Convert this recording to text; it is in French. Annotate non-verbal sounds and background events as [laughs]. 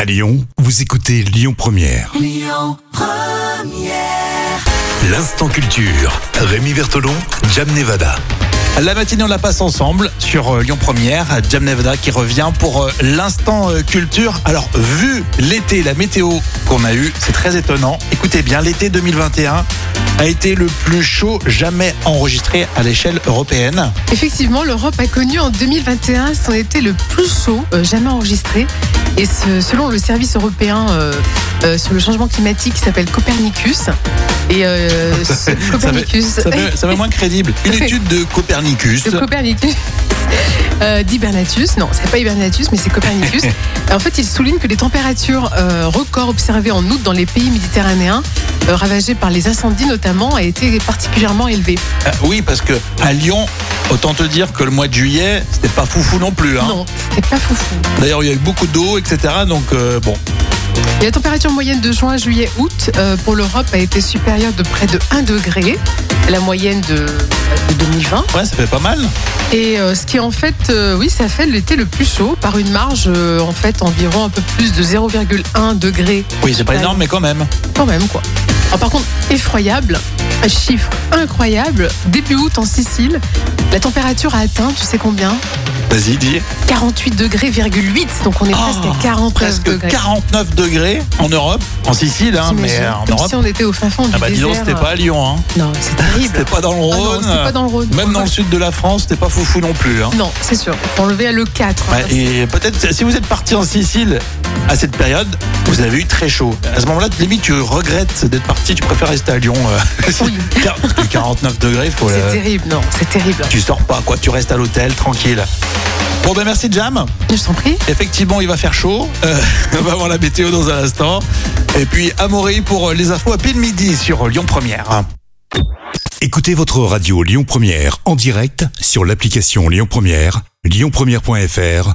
À Lyon, vous écoutez Lyon Première. Lyon Première. L'instant culture. Rémi Bertolon, Jam Nevada. La matinée, on la passe ensemble sur euh, Lyon Première. Jam Nevada qui revient pour euh, l'instant euh, culture. Alors, vu l'été, la météo qu'on a eue, c'est très étonnant. Écoutez bien, l'été 2021 a été le plus chaud jamais enregistré à l'échelle européenne. Effectivement, l'Europe a connu en 2021 son été le plus chaud euh, jamais enregistré. Et ce- selon le service européen euh, euh, sur le changement climatique qui s'appelle Copernicus. Et euh, [laughs] ce- Copernicus. Ça fait, ça fait [laughs] moins crédible. Une étude de Copernicus. de Copernicus. euh, d'Hibernatus, non, c'est pas Hibernatus, mais c'est [laughs] Copernicus. en fait, il souligne que les températures euh, records observées en août dans les pays méditerranéens, euh, ravagés par les incendies notamment, a été particulièrement élevées. Ah oui, parce que à Lyon, autant te dire que le mois de juillet, c'était pas foufou non plus. hein. Non, c'était pas foufou. D'ailleurs, il y a eu beaucoup d'eau, etc. Donc, euh, bon, Et la température moyenne de juin, juillet, août euh, pour l'Europe a été supérieure de près de 1 degré à la moyenne de, de 2020. ouais, ça fait pas mal. Et euh, ce qui en fait, euh, oui, ça fait l'été le plus chaud par une marge euh, en fait environ un peu plus de 0,1 degré Oui, c'est pas Ouais. énorme, mais quand même. quand même quoi. Alors, par contre, effroyable, un chiffre incroyable, début août en Sicile, la température a atteint, tu sais combien Vas-y, dis. 48 degrés, 8, donc on est presque Oh, à 49 Presque degrés. 49 degrés en Europe, en Sicile, hein, mais T'imagines euh, en Comme Europe. si on était au fin fond du Ah bah dis donc, désert. c'était pas à Lyon, hein. Non, [laughs] c'est terrible. C'était pas dans le euh, Ah non, Rhône. c'était pas dans le Rhône. Même dans le sud de la France, c'était pas foufou non plus. hein. Non, c'est sûr. Enlevé à le 4. hein. Ouais, Bah, et peut-être, si vous êtes parti en Sicile à cette période, vous avez eu très chaud. À ce moment-là, limite, tu regrettes d'être parti, tu préfères rester à Lyon. euh, Oui. [laughs] car- parce que 49 degrés, faut, C'est euh, terrible, non, c'est terrible. tu sors pas, quoi. Tu restes à l'hôtel, tranquille. Bon, ben merci, Jam. Je t'en prie. Effectivement, il va faire chaud. Euh, [laughs] on va voir la météo dans un instant. Et puis, Amaury pour euh, les infos à pile midi sur Lyon Première. Écoutez votre radio Lyon Première en direct sur l'application Lyon Première, lyonpremière.fr